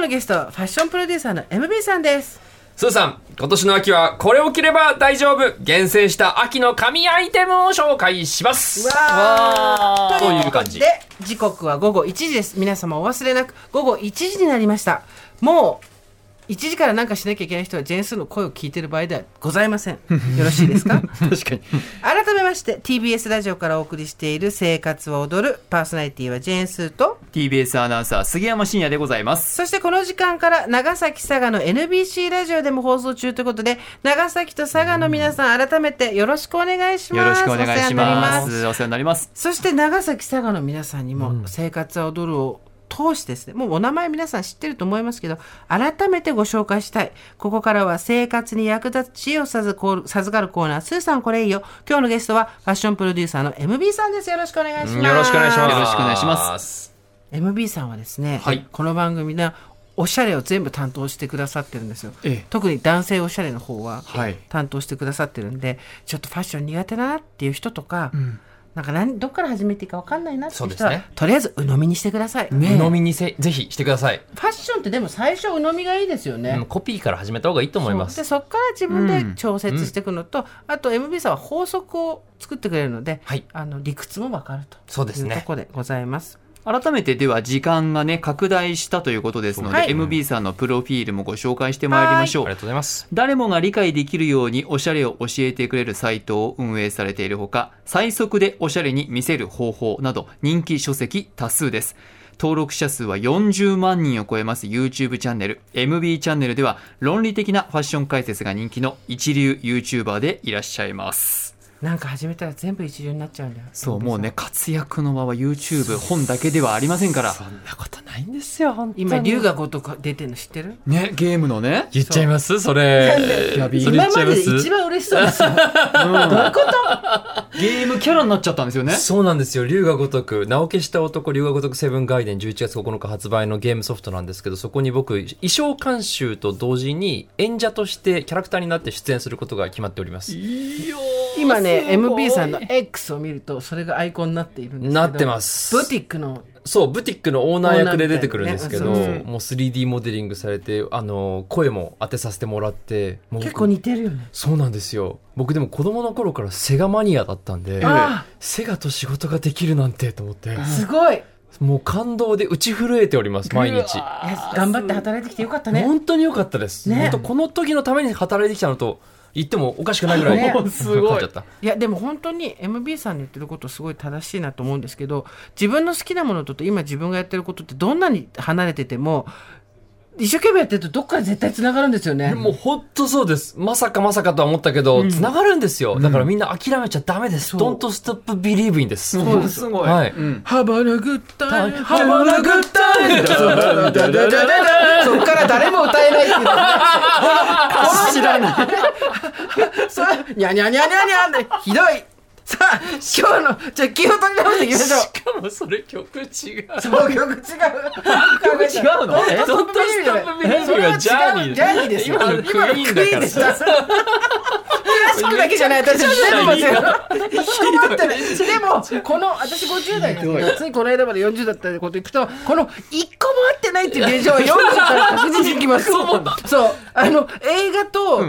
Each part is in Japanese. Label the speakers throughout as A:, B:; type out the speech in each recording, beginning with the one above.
A: のゲストファッションプロデューサーの MB さんです
B: スーさん、今年の秋はこれを着れば大丈夫厳選した秋の神アイテムを紹介します
A: わ
B: という感じ
A: で。時刻は午後1時です皆様お忘れなく午後1時になりましたもう1時からなんかしなきゃいけない人はジェーンスーの声を聞いてる場合ではございませんよろしいですか
C: 確かに。
A: 改めまして TBS ラジオからお送りしている「生活は踊る」パーソナリティはジェーンスーと
C: TBS アナウンサー、杉山真也でございます。
A: そしてこの時間から長崎佐賀の NBC ラジオでも放送中ということで長崎と佐賀の皆さん改めてよろしくお願いします
C: よろしくお願いし
A: お
C: ま。
A: 世話になります
C: お世話になります。
A: そして長崎佐賀の皆さんにも「生活は踊る」を通してですねもうお名前皆さん知ってると思いますけど改めてご紹介したいここからは生活に役立つ知恵を授かる授かるコーナー「スーさんこれいいよ」今日のゲストはファッションプロデューサーの MB さんですよろしくお願いします
B: よろしくお願いします。。
C: よろしくお願いします
A: MB さんはですね、
B: はい
A: この番組のおしゃれを全部担当してくださってるんですよ、
C: ええ
A: 特に男性おしゃれの方は
C: はい
A: 担当してくださってるんで、ちょっとファッション苦手だなっていう人とか、なんか何どっから始めていいか分かんないなっていう人は
B: そうですね
A: とりあえず鵜呑みにしてください、
B: 鵜呑みにせ、ぜひしてください。
A: ファッションってでも最初鵜呑みがいいですよね、
B: うんコピーから始めた方がいいと思いま
A: そう
B: す。
A: でそこから自分で調節していくのと、あと MB さんは法則を作ってくれるので、
B: はい
A: あの理屈も分かると
B: そうですね
A: いうところでございます。
C: 改めてでは時間がね、拡大したということですので、
A: はい
C: MB さんのプロフィールもご紹介してまいりまし
B: あ
C: ょ
B: りが
C: う。
B: とうございます。
C: 誰もが理解できるようにおしゃれを教えてくれるサイトを運営されているほか、最速でおしゃれに見せる方法など人気書籍多数です。登録者数は40万人を超えます YouTube チャンネル MB チャンネルでは論理的なファッション解説が人気の一流 YouTuber でいらっしゃいます。
A: なんか始めたら全部一流になっちゃうんだよ。
C: そう、もうね、活躍の場は YouTube 本だけではありませんから。
B: んなことないんですよ、本
A: 今龍が如く出てるの知ってる？
C: ね、ゲームのね。
B: 言っちゃいますそれ。
C: キャビ
B: それ言
A: 今
B: っち
A: ま
B: ゃいま
A: ですで一番嬉しそう ですよ。どういうこと？
C: ゲームキャラになっちゃったんですよね。
B: そうなんですよ。龍が如く、名を消した男、龍が如くセブンガイデン、11月9日発売のゲームソフトなんですけど、そこに僕、衣装監修と同時に、演者としてキャラクターになって出演することが決まっております。
A: 今ね
C: すごい
A: MB さんの X を見るとそれがアイコンになっているんですけど。
B: なってます
A: ブティックの
B: そう、ブティックのオーナー役で出てくるんですけど、
A: オーナーみたいなね
B: もう 3D モデリングされて、あの、声も当てさせてもらって、もう僕
A: 結構似てるよね。
B: そうなんですよ。僕でも子供の頃からセガマニアだったんで、
A: あ
B: セガと仕事ができるなんてと思って
A: あ、すごい。い
B: もう感動で打ち震えております、毎日。
A: や頑張って働いてきてよかったね。
B: 本当に良かったです。
A: ね
B: 本当この時のために働いてきたのと言ってもおかしくないぐらい。
A: ね
C: すごい
B: 頑張っちゃった。
A: いやでも本当に MB さんの言ってることすごい正しいなと思うんですけど自分の好きなものとと今自分がやってることってどんなに離れてても一生懸命やってるとどっかで絶対つながるんですよね。
B: もう本当そうです。まさかまさかとは思ったけど、繋がるんですよ。だからみんな諦めちゃダメです。
A: う
B: Don't stop believing です。
A: そうです
C: ごい。
B: はい
C: うん。
A: ハバナグッタイムハバナ
B: ラ
A: グッ
B: タイ
A: タイムそっから誰も歌えないっていう知らないそれにゃにゃにゃにゃにゃにゃひどいさあ今日のじゃあ気を取り直していきましょう
B: しかもそれ曲違う。
A: その曲違う曲違うのえ
B: ドントストップビリーブはジャーニー
A: ジャーニーですよ
B: 今のクイーンだから
A: 今のクイーンでしたクラシックだけじゃない私全部間違う引きこもってないでもこの私50代の夏にこの間まで40だったこといくとこの一個も合ってないっていう現象は40から確実にきますそうあの映画と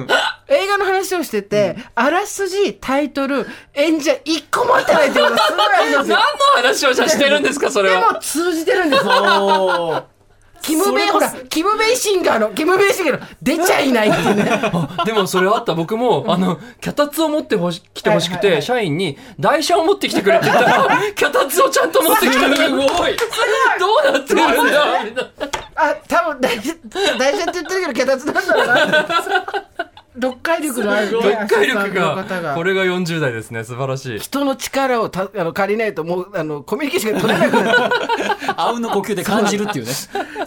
A: 映画の話をしててあらすじタイトル演者一個も合ってないっていうことがすごいありますよ
B: 何の話をしてるんですか、それ
A: で
B: は。
A: も通じてるんですキムベイ、ほら、キムベイシンガーの、キムベイシンガーの、出ちゃいないっていうね。
B: あでもそれあった僕も、あの、脚立を持ってほし、来てほしく
A: はいはいは
B: て、
A: い
B: 社員に台車を持ってきてくれって言ったら、 脚立をちゃんと持ってきたのが、すごいどうなってるんだみたいな
A: あ、多分大事、大事って言ってるけど、脚立なんだろうな。読解力のある、ね、
B: 読解力
A: アシスタントの方
B: が、
A: が
B: これが40代ですね、素晴らしい。
A: 人の力をたあの借りないと、もう、あの、コミュニケーションが取れなくなる。
C: あうんの呼吸で感じるっていうね。
A: そんな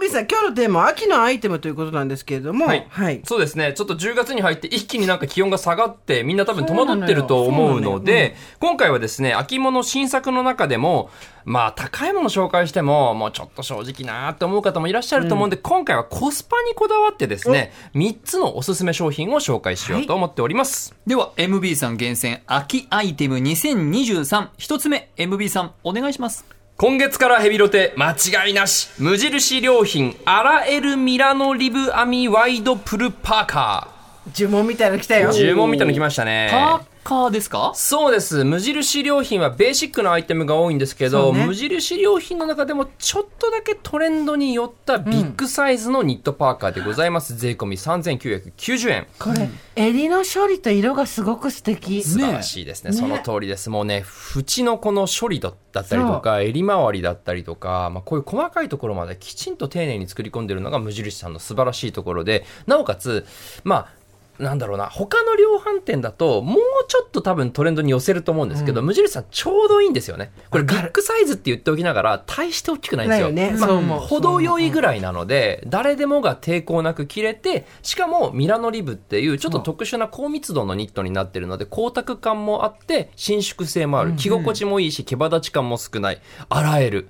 A: MB さん、今日のテーマは秋のアイテムということなんですけれども、
B: はい、
A: はい。
B: そうですねちょっと10月に入って一気になんか気温が下がってみんな多分戸惑ってると
A: そうなのよ
B: 思うので今回はですね秋物新作の中でもまあ高いもの紹介してももうちょっと正直なーって思う方もいらっしゃると思うんで、今回はコスパにこだわってですね3つのおすすめ商品を紹介しようと思っております、
C: では、MB さん厳選、秋アイテム2023。一つ目、MB さん、お願いします。
B: 今月からヘビロテ間違いなし無印良品アラエルミラノリブ編みワイドプルパーカ
A: 呪文みたいなの来たよ
B: ー
C: 呪
B: 10問みたいの来ましたね
C: パーカーですか
B: そうです無印良品はベーシックなアイテムが多いんですけ
A: そ
B: ど、
A: うね
B: 無印良品の中でもちょっとだけトレンドに寄ったビッグサイズのニットパーカーでございます、税込み3990円
A: これ襟の処理と色がすごく素敵
B: 素晴らしいですね
A: ね
B: その通りですもうね縁のこの処理だったりとか襟周りだったりとか、まあ、こういう細かいところまできちんと丁寧に作り込んでるのが無印さんの素晴らしいところでなおかつまあなんだろうな他の量販店だともうちょっと多分トレンドに寄せると思うんですけど、無印さんちょうどいいんですよねこれビッグサイズって言っておきながら大して大きくないん
A: な
B: です
A: い
B: よ
A: よね、
B: まあ
A: そう思う
B: 程よいぐらいなので誰でもが抵抗なく着れてしかもミラノリブっていうちょっと特殊な高密度のニットになってるので光沢感もあって伸縮性もある着心地もいいし毛羽立ち感も少ない洗える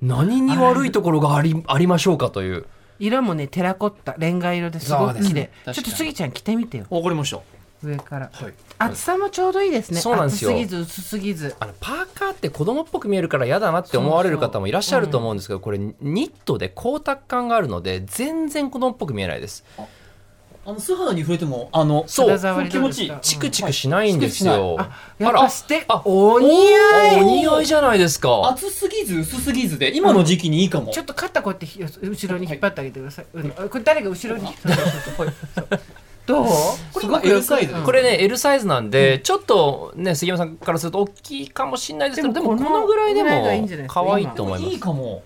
B: 何に悪いところがありありましょうかという
A: 色もねテラコッタレンガ色ですごく綺
B: そうで
A: 麗
B: すね
A: ちょっ
C: 確か
A: と
C: に
A: スギちゃん着てみてよ
C: わかりました。
A: 上から
C: はい。
A: 厚さもちょうどいいですね
B: そうなんですよ
A: 厚すぎず薄すぎず
B: あのパーカーって子供っぽく見えるから嫌だなって思われる方もいらっしゃると思うんですけどこれニットで光沢感があるので全然子供っぽく見えないです
C: あの、素肌に触れても、あの、
B: そう
A: 肌触りどうですか
C: 気持ちいい
B: チクチクしないんですよ
A: やっ
B: あら
A: ぱして
B: あ
A: お似合い
B: お似合いじゃないですか
C: 厚すぎず薄すぎずで、今の時期にいいかも。
A: ちょっと肩こうやってひ後ろに引っ張ってあげてください、うんこれ誰が後ろにそうそうそうそうどう
C: これ
A: すごく
C: L サイズ
A: うん
B: これね L サイズなんで、ちょっとね杉山さんからすると大きいかもしれないですけどで
A: で
B: も
A: も
B: このぐらいで
A: このぐらいがいいんじゃないで
B: も
A: すか
B: 可愛いと思いま
C: いい
B: す
C: かも。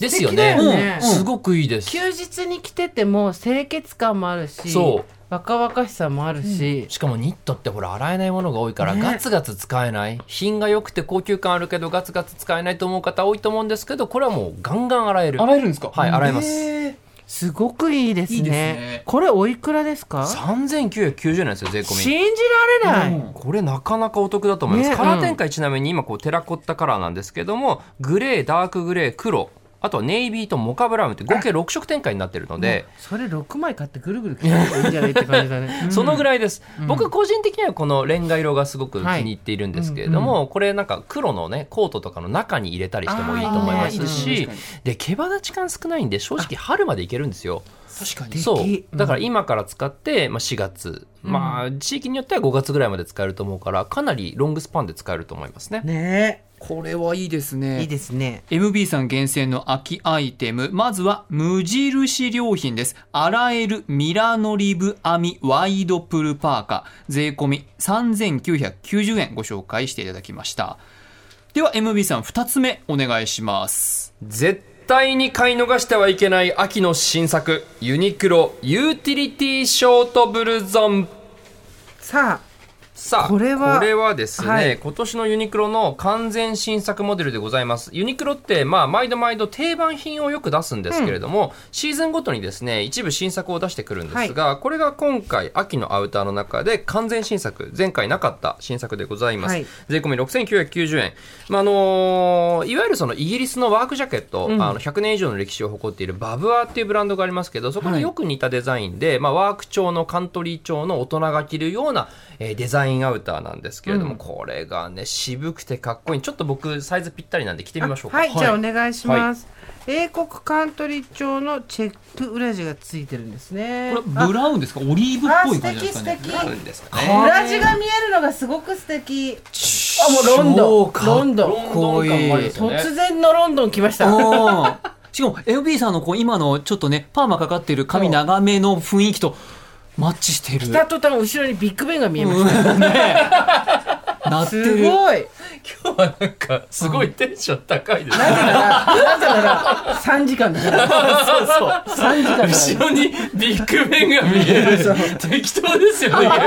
B: ですよ
A: 素敵だ
B: ね
A: よね
B: すごくいいです
A: 休日に着てても清潔感もあるし
B: そう
A: 若々しさもあるし、
B: しかもニットってほら洗えないものが多いから
A: ね
B: ガツガツ使えない、品が良くて高級感あるけどガツガツ使えないと思う方多いと思うんですけどこれはもうガンガン洗える
C: 洗えるんですか
B: はい洗えます
C: へー
A: すごくいいですね
C: いいですね
A: これおいくらですか
B: 3990円なんですよ税込み
A: 信じられない、
C: うん
B: これなかなかお得だと思います、
A: ね
B: カラー展開ちなみに今こうテラコッタカラーなんですけどもグレーダークグレー黒あとネイビーとモカブラウンって合計6色展開になってるので、
A: それ6枚買ってぐるぐる着てもいいんじゃないって感じだね
B: そのぐらいです、
A: うん
B: 僕個人的にはこのレンガ色がすごく気
A: はい
B: に入っているんですけれども、これなんか黒のねコートとかの中に入れたりしてもいいと思います
A: あー
B: し
C: いいです
B: で毛羽立ち感少ないんで正直春までいけるんですよ
C: 確か
A: で
C: に。
B: そ
A: うん
B: うだから今から使って、まあ、4月、まあ地域によっては5月ぐらいまで使えると思うからかなりロングスパンで使えると思いますね
A: ね
C: これはいいです
A: え
C: ね。
A: いいですね
C: MB さん厳選の秋アイテム。まずは、無印良品です。洗えるミラノリブ編みワイドプルパーカー。税込み3990円ご紹介していただきました。では、MB さん2つ目お願いします。
B: 絶対に買い逃してはいけない秋の新作ユニクロユーティリティショートブルゾン
A: さあ
B: さあ
A: こ
B: こ
A: れ
B: れ
A: は
B: はですね、
A: はい
B: 今年のユニクロの完全新作モデルでございますユニクロってまあ毎度毎度定番品をよく出すんですけれども、シーズンごとにですね一部新作を出してくるんですが、これが今回秋のアウターの中で完全新作前回なかった新作でございます、
A: はい
B: 税込み6990円、まああのーいわゆるそのイギリスのワークジャケット、あの100年以上の歴史を誇っているバブアーっていうブランドがありますけどそこによく似たデザインで、まあ、ワーク調のカントリー調の大人が着るような、えーデザインアウターなんですけれども、これがね渋くてかっこいいちょっと僕サイズぴったりなんで着てみましょうか
A: はい、じゃあお願いします、英国カントリー調のチェック裏地がついてるんですね
C: これ、ブラウンですかオリーブっ
A: ああ
C: ぽい
A: 素
C: 感じ
A: 敵
C: です
A: 素
C: かね。
A: 敵
B: あるんですかね
A: 裏地が見えるのがすごく素敵あもうロンドンロンドン
C: かっこいい
B: ロンドン感もありですよね
A: 突然のロンドン来ました
C: あーしかも MB さんのこう今のちょっとねパーマかかってる髪長めの雰囲気とマッチしてる。
A: 北途端後ろにビッグベンが見えました、
C: なって
A: す
C: る。
A: ごい
B: 今日は なんかすごいテンション高いですね
A: なぜならなぜなら3時間だから
B: そうそう
A: 3時間だから
B: 後ろにビッグベンが見え る適当ですよね結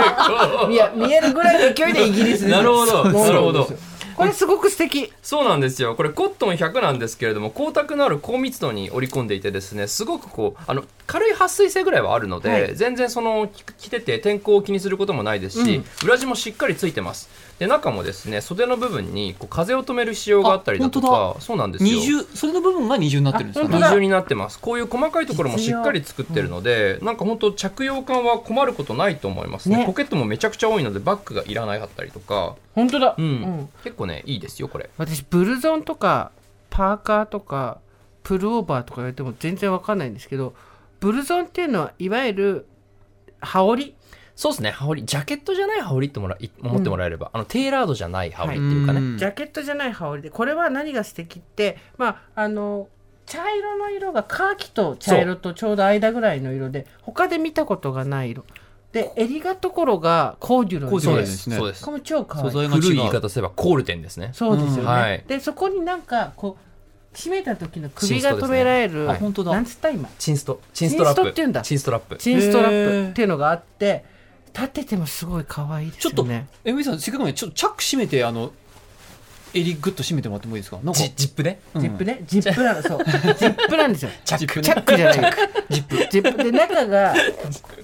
B: 構
A: いや 見えるぐらいの勢いでイギリスです
B: なるほど
A: そう
B: なるほど
A: これすごく素敵
B: そうなんですよこれコットン100なんですけれども光沢のある高密度に織り込んでいてですねすごくこうあの軽い撥水性ぐらいはあるので、
A: はい
B: 全然その着着てて天候を気にすることもないですし、裏地もしっかりついてますで中もですね袖の部分にこう風を止める仕様があったりだと
C: あ本
B: かそうなんですよ
C: 二重それの部分が二重になってるんですか
A: あ本
C: ね
A: 当。だ
B: 二重になってますこういう細かいところもしっかり作ってるので、なんか本当着用感は困ることないと思いますね
A: ね
B: ポケットもめちゃくちゃ多いのでバッグがいらないかったりとか、
A: 本当だ
B: うん
A: うん
B: 結構ねいいですよこれ
A: 私ブルゾンとかパパーカーとかプルオーバーとか言われても全然わかんないんですけどブルゾンっていうのはいわゆる羽織
B: そうですね、羽織、ジャケットじゃない羽織ってもらい思ってもらえれば、あの、テーラードじゃない羽織っていうかね。
A: ジャケットじゃない羽織でこれは何が素敵ってまああの茶色の色がカーキと茶色とちょうど間ぐらいの色で他で見たことがない色で襟がところがコーデュロイ
C: コーデュ
B: そう
C: ロイ
B: で、
C: ですすね
B: そうです
A: こ。れも超可愛
C: 素
A: い
C: 材が違う
B: 古い言い方すればコールテンですね。
A: そうですよね、
B: うんはい
A: でそこになんかこう締めた時の
B: チン
A: 首
B: ス
A: が
B: トです
A: 止
B: ね
A: められる、
B: はい
C: 本当だ
A: なんつった今
B: チンスト、チンストラッ
A: チンス
B: プ。
A: トって言うんだ
B: チンストラップ。
A: チンストラ
C: へ
A: ッ
C: ー
A: プっていうのがあって立っててもすごい可愛いです
C: ちょ
A: よ
C: っと
A: ね
C: えみさんせっかくなんでちょっとチャック閉めてあの襟グッと閉めてもらってもいいですかなんか
B: ジジップね。
A: ジップね、ジップなの そうジップなんですよ
B: チャック。
A: チャックじゃないジップジップで中が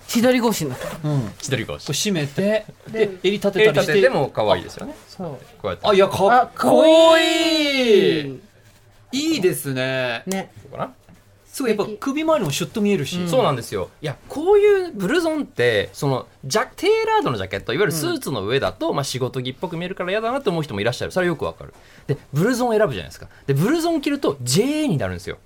A: 千鳥格子になってる
C: うん、こ
B: 千鳥顔し
C: れ。閉めて
A: で
C: で襟立て
B: 手
C: たり
B: 立
C: して
B: てても可愛いですよね。
A: そう
B: こうやって。
C: あいやか
A: あ
C: っ
A: か
C: こ
A: わ
C: いいいいですね
A: ね
B: そうかな
C: すごいやっぱ首周りもシュッと見えるし、
B: そうなんですよ。いや、こういうブルゾンって、その、ジャ、テーラードのジャケット、いわゆるスーツの上だと、まあ仕事着っぽく見えるから嫌だなって思う人もいらっしゃる。それはよくわかる。で、ブルゾンを選ぶじゃないですか。で、ブルゾン着ると JA になるんですよ。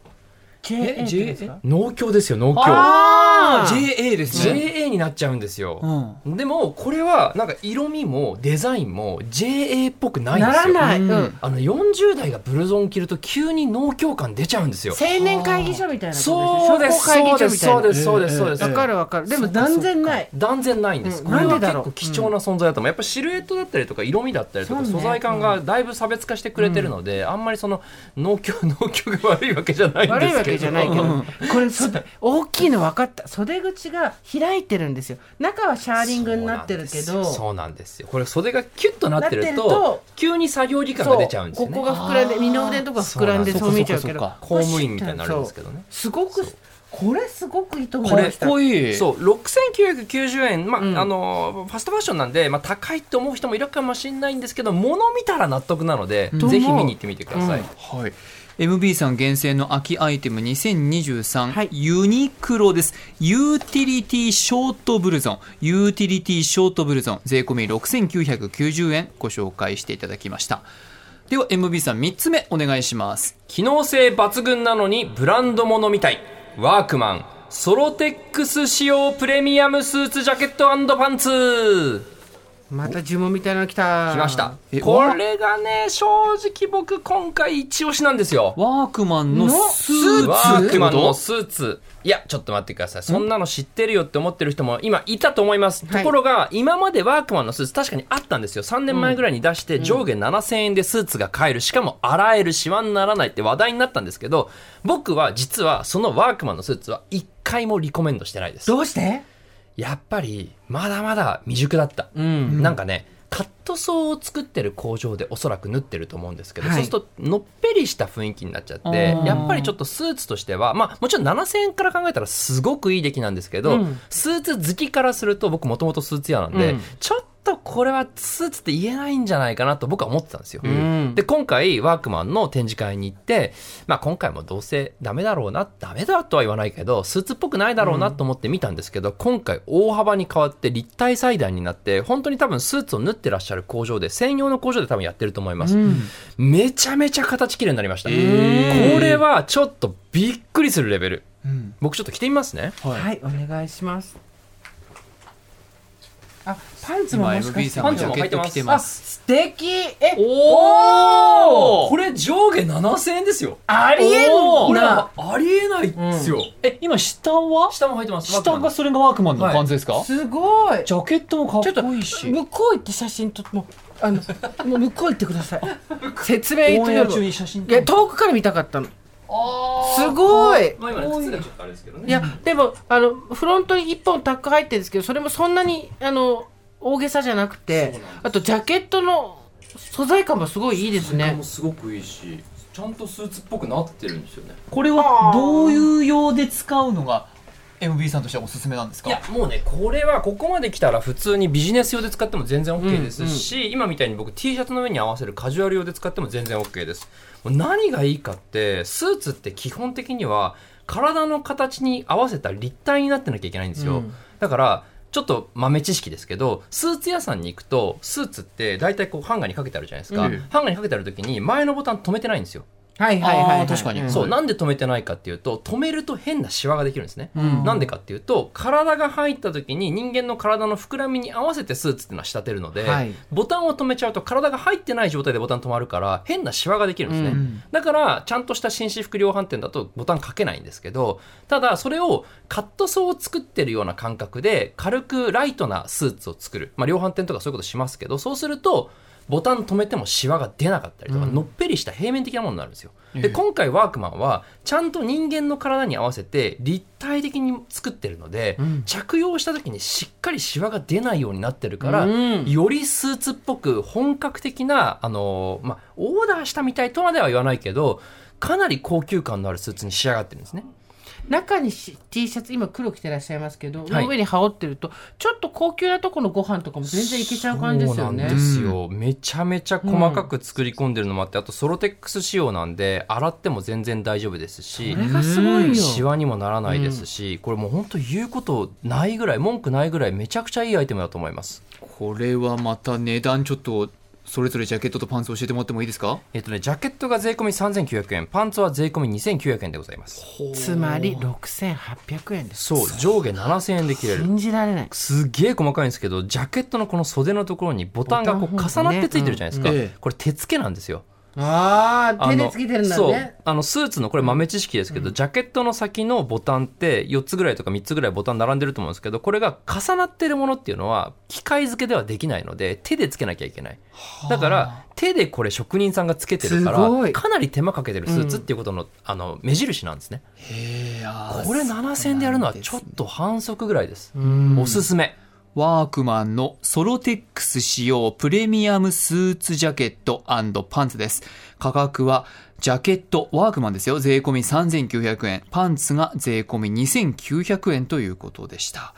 A: JA
C: え
A: ってですか
B: 農協ですよ、農協。
C: あ
A: あ
C: あ
A: ー
C: JA ですね、
B: JA になっちゃうんですよ。
C: うん、
B: でもこれはなんか色味もデザインも JA っぽくないんで
A: なら
B: すよ
A: ない、うん
C: う
A: 青
C: ん
B: あの40代がブルゾン着ると急に農協感出ちゃうんですよ
A: 年会議所みたいなこと
B: そうです
A: 商工
B: そう
A: 会
B: で
A: 議
B: す
A: 所み
B: そう
A: たい
B: ですそうですそうで
C: ええ
B: す
A: なわかるわかるでも断然ない
B: 断然ないんです、
A: うん
B: これ
A: な
B: は
A: んでだ
B: 結
A: ろう
B: 構貴重な存在だと思う、やっぱシルエットだったりとか色味だったりとか
A: そうね
B: 素材感がだいぶ差別化してくれてるので、あんまりその農協 農協が悪いわけじゃないん
A: 悪
B: で
A: いわ
B: す
A: け
B: け
A: じ
B: ど
A: ゃないけど、
C: う
A: これそ大きいの分かった袖口が開いてるんですよ中はシャーリングになってるけど
B: そうなんですよこれ袖がキュッとなってる
A: なって
B: と
A: ると
B: 急に作業時間が出ちゃうんですよね
A: ここが膨らんで二の腕のとこが膨らんで
B: そう
A: そ
C: なん
A: う
C: です
A: 見えちゃうけど
C: そうか
B: 公務員みたいになるんですけどね
A: すごくこれすごくいいと思
C: こ
A: い
C: れ
A: ま
C: か
A: し
C: ったこいい
B: そう6990円、まあ
A: うん
B: あのファストファッションなんで、まあ、高いって思う人もいるかもしれないんですけど物見たら納得なので、
A: ん
B: ぜひ見に行ってみてください、
A: うん
C: はい、MB さん厳選の秋アイテム2023、
A: はい
C: ユニクロですユーティリティショートブルゾンユーティリティショートブルゾン税込み6990円ご紹介していただきましたでは MB さん3つ目お願いします
B: 機能性抜群なのにブランドものみたいワークマンソロテックス仕様プレミアムスーツジャケットパンツ
A: また呪文みたいなの来た
B: 来ました
C: え
B: これがね正直僕今回一押しなんですよ
C: ワークマンの
A: の
C: スー
B: ワ
C: ツ
B: ー
C: って
B: ク
C: こ
B: マンの
C: と
B: スーツいやちょっと待ってくださいそんなの知ってるよって思ってる人も今いたと思います、
A: はい
B: ところが今までワークマンのスーツ確かにあったんですよ3年前ぐらいに出して上下7000円でスーツが買えるしかも洗えるシワにならないって話題になったんですけど僕は実はそのワークマンのスーツは1回もリコメンドしてないです
A: どうして
B: やっぱりまだまだ未熟だった、
A: ん
B: なんかねカットソーを作ってる工場でおそらく縫ってると思うんですけど、
A: はい
B: そうするとのっぺりした雰囲気になっちゃって
C: あー
B: やっぱりちょっとスーツとしては、まあ、もちろん7000円から考えたらすごくいい出来なんですけ
A: う
B: ど、
A: ん
B: スーツ好きからすると僕もともとスーツ屋なんで、
A: うん
B: ちょっとこれはスーツって言えないんじゃないかなと僕は思ってたんですよ。
A: ん
B: で今回ワークマンの展示会に行って、まあ、今回もどうせダメだろうなダメだとは言わないけどスーツっぽくないだろうなと思って見たんですけど、今回大幅に変わって立体裁断になって本当に多分スーツを縫ってらっしゃる工場で専用の工場で多分やってると思います、めちゃめちゃ形綺麗になりました、
C: ー
B: これはちょっとびっくりするレベル
C: うん
B: 僕ちょっと着てみますね
C: はい
A: はいお願いしますあパンツも
C: 今
A: もしか
C: MB
A: して
C: さん
B: パ
C: が
B: ン
C: ジ
B: ツ
C: ャ
B: も
C: ケ
B: 履
C: ッ
B: いて
A: あ
B: ます
C: ト着てます
A: 素敵え
B: お
C: おー
B: これ上下7000円ですよ
A: ありえん
B: これ
A: な
B: はありえないですよ、
C: え今下は
B: 下も履いてますワークマ
C: 下
B: ン
C: がそれがワークマンの
B: はい
C: 感じですか、
A: すごい
C: ジャケットもか
A: ちょ
C: っ
A: っと
C: こいいし
A: 向こう行って写真撮ってもうあ のもう向こう行ってください説明
C: オ
A: と
C: ン
A: い
C: エ
A: うよ
C: ア
A: り
C: 中
A: も
C: に写真
A: いや遠くから見たかったの
C: あ
A: すごい
B: まあ今ね、靴がちょっとあれですけどね。
A: いやでもあのフロントに1本タック入ってるんですけどそれもそんなにあの大げさじゃなくてあとジャケットの素材感もすごいいいですね
B: すごくいいし、ちゃんとスーツっぽくなってるんですよね。
C: これはどういう用で使うのが MB さんとしてはおすすめなんですか
B: いや、もうね、これはここまで来たら普通にビジネス用で使っても全然 OK ですし、今みたいに僕 T シャツの上に合わせるカジュアル用で使っても全然 OK です。もう何がいいかって、スーツって基本的には体の形に合わせた立体になってなきゃいけないんですよ。
A: うん
B: だから、ちょっと豆知識ですけどスーツ屋さんに行くとスーツって大体こうハンガーにかけてあるじゃないですか、
A: うん
B: ハンガーにかけてある時に前のボタン止めてないんですよ
A: はいはいはい、はい、
C: 確かに
A: うん
B: そうなんで止めてないかっていうと止めると変なシワができるんですね、
C: うん
B: なんでかっていうと体が入った時に人間の体の膨らみに合わせてスーツっていうのは仕立てるので、
C: はい
B: ボタンを止めちゃうと体が入ってない状態でボタン止まるから変なシワができるんですね、
C: うん
B: だからちゃんとした紳士服量販店だとボタンかけないんですけどただそれをカットソーを作ってるような感覚で軽くライトなスーツを作る、まあ、量販店とかそういうことしますけどそうするとボタン止めてもシワが出なかったりとか、
C: うん
B: のっぺりした平面的なものになるんですよ。
C: ええ
B: で今回ワークマンはちゃんと人間の体に合わせて立体的に作ってるので、
C: うん
B: 着用した時にしっかりシワが出ないようになってるから、
C: うん
B: よりスーツっぽく本格的な、あのーまあ、オーダーしたみたいとまでは言わないけど、かなり高級感のあるスーツに仕上がってるんですね。
A: 中にし T シャツ今黒着てらっしゃいますけど、
B: はい
A: の上に羽織ってるとちょっと高級なとこのご飯とかも全然いけちゃう感じですよね
B: そうなんですよ。めちゃめちゃ細かく作り込んでるのもあって、あとソロテックス仕様なんで、洗っても全然大丈夫ですし
A: こ、れがすごいよ、
B: シワにもならないですし、これもう本当言うことないぐらい、文句ないぐらいめちゃくちゃいいアイテムだと思います。
C: これはまた値段ちょっとそれぞれジャケットとパンツ教えてもらってもいいですか
B: えっとね、ジャケットが税込み3900円、パンツは税込み2900円でございます。
A: つまり6800円です
B: そう、上下7000円で切れる。
A: 信じられない
B: すげえ細かいんですけどジャケットのこの袖のところにボタンがこう
A: ボタン
B: 重
A: 本体ね
B: なってついてるじゃないですか、
C: うんええ
B: これ手付けなんですよ
A: ああ
B: あ
A: 手
B: の
A: でつけてるんだ
B: そう
A: ね
B: あのスーツのこれ豆知識ですけど、ジャケットの先のボタンって4つぐらいとか3つぐらいボタン並んでると思うんですけどこれが重なってるものっていうのは機械付けではできないので手で付けなきゃいけないだから手でこれ職人さんが付けてるか
A: すご
B: ら
A: い
B: かなり手間かけてるスーツっていうことの,、あの目印なんですね
C: へー
B: これ7000円でやるのはちょっと反則ぐらいです、
A: うん
B: おすすめ
C: ワークマンのソロテックス仕様プレミアムスーツジャケットパンツです。価格はジャケットワークマンですよ。税込み3900円。パンツが税込み2900円ということでした。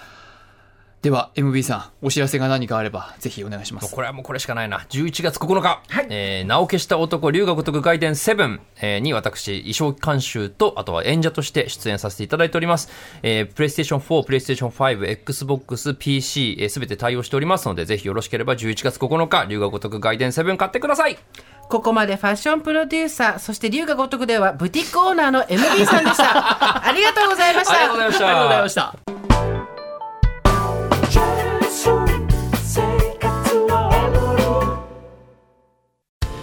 C: では MB さん、お知らせが何かあればぜひお願いしま
B: もう
C: す。
B: これはもうこれしかないな。11月9日、えー名を消した男、龍が如く外伝7、えーに私、衣装監修と、あとは演者として出演させていただいております。えー、PlayStation 4、PlayStation 5、Xbox、PC、えー、すべて対応しておりますので、ぜひよろしければ11月9日、龍が如く外伝7買ってください。
A: ここまでファッションプロデューサーそして龍が如くではブティックオーナーの MB さんで したありがとうございました
B: ありがとうございました。
C: した。